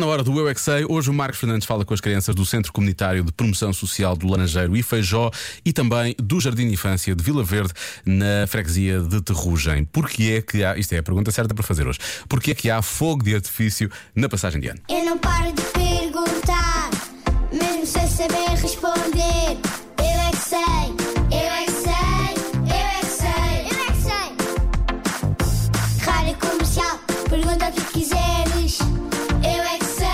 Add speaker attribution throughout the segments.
Speaker 1: hora do Eu é que Sei. Hoje o Marcos Fernandes fala com as crianças do Centro Comunitário de Promoção Social do Laranjeiro e Feijó e também do Jardim de Infância de Vila Verde, na freguesia de Terrugem. Porquê é que há. Isto é a pergunta certa para fazer hoje. Porquê é que há fogo de artifício na passagem de ano?
Speaker 2: Eu não paro de perguntar, mesmo sem saber responder. Eu é que sei, eu é que sei, eu é que sei, eu é que sei. Rádio comercial, pergunta o que quiseres. Eu é que sei,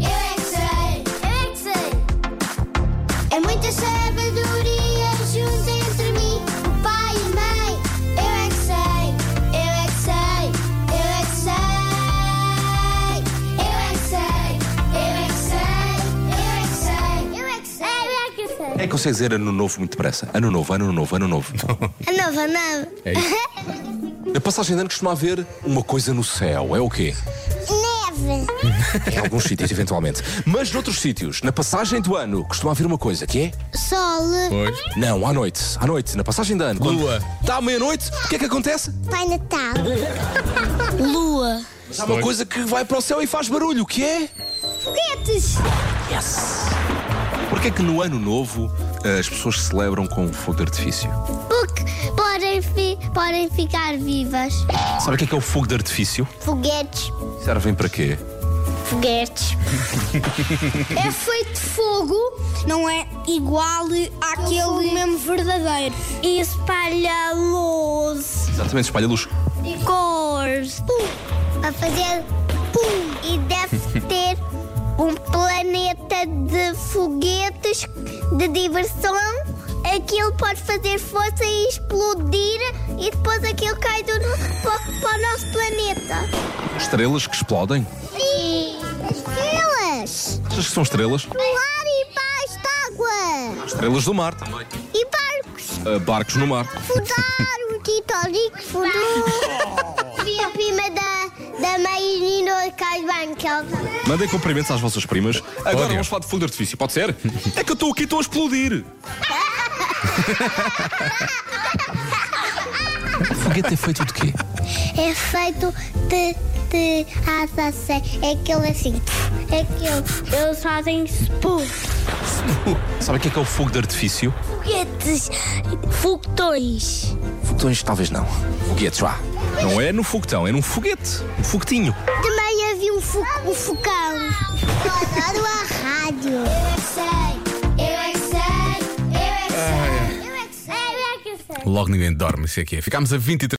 Speaker 2: eu é que sei, eu é que sei. É muita sabedoria junto entre mim, o pai e a mãe. Eu é que sei, eu é que sei, eu é que sei. Eu é que sei, eu é que sei, eu é que sei, eu é que sei, eu é que sei.
Speaker 3: É que consegue dizer ano novo muito depressa. Ano novo, ano novo, ano novo.
Speaker 2: A nova nave.
Speaker 1: É isso.
Speaker 3: Na passagem de ano costuma haver uma coisa no céu. É o quê? É
Speaker 2: Neve.
Speaker 3: Em alguns sítios, eventualmente. Mas noutros sítios, na passagem do ano, costuma haver uma coisa que é?
Speaker 2: Sol.
Speaker 1: Pois.
Speaker 3: Não, à noite. À noite, na passagem de ano. quando
Speaker 1: Lua.
Speaker 3: Está à meia-noite, o que é que acontece?
Speaker 2: Pai Natal. Lua.
Speaker 3: Há uma coisa que vai para o céu e faz barulho, o que é?
Speaker 2: Foguetes.
Speaker 3: Yes! Porquê é que no ano novo eh, as pessoas celebram com fogo de artifício?
Speaker 2: Porque podem, fi- podem ficar vivas.
Speaker 3: Sabe o que é que é o fogo de artifício?
Speaker 2: Foguetes.
Speaker 3: Servem para quê?
Speaker 2: Foguetes.
Speaker 4: É feito de fogo, não é igual àquele mesmo verdadeiro.
Speaker 2: E espalha luz
Speaker 3: Exatamente, espalha luz.
Speaker 2: e cores. Pum. A fazer pum. E deve ter um planeta de foguetes de diversão. Aquilo pode fazer força e explodir e depois aquilo cai do, para, para o nosso planeta.
Speaker 3: Estrelas que explodem.
Speaker 2: E estrelas!
Speaker 3: Achas que são estrelas?
Speaker 2: Pular embaixo d'água!
Speaker 3: Estrelas do mar também.
Speaker 2: E barcos!
Speaker 3: Ah, barcos no mar.
Speaker 2: Fudar o Titanic fudou! Vi a prima da, da Marina Carvancal.
Speaker 3: Mandem cumprimentos às vossas primas. Agora
Speaker 1: Ódio.
Speaker 3: vamos falar de fogo de artifício, pode ser? É que eu estou aqui, estou a explodir. Foguete é feito de quê?
Speaker 2: É feito de, de asa sem. É aquele assim. É aquele. Eles fazem
Speaker 3: Sabe o que é que é o fogo de artifício?
Speaker 2: foguetes, foguetões.
Speaker 3: Foguetões, talvez não. Foguetes, vá. Não é no foguetão, é num foguete. Um foguetinho.
Speaker 2: Também havia um, fo um focão. Adoro a rádio. é Eu é que sei, eu é que sei, eu é que sei, eu é que sei.
Speaker 1: Logo ninguém dorme, isso é que é. Ficámos a 23.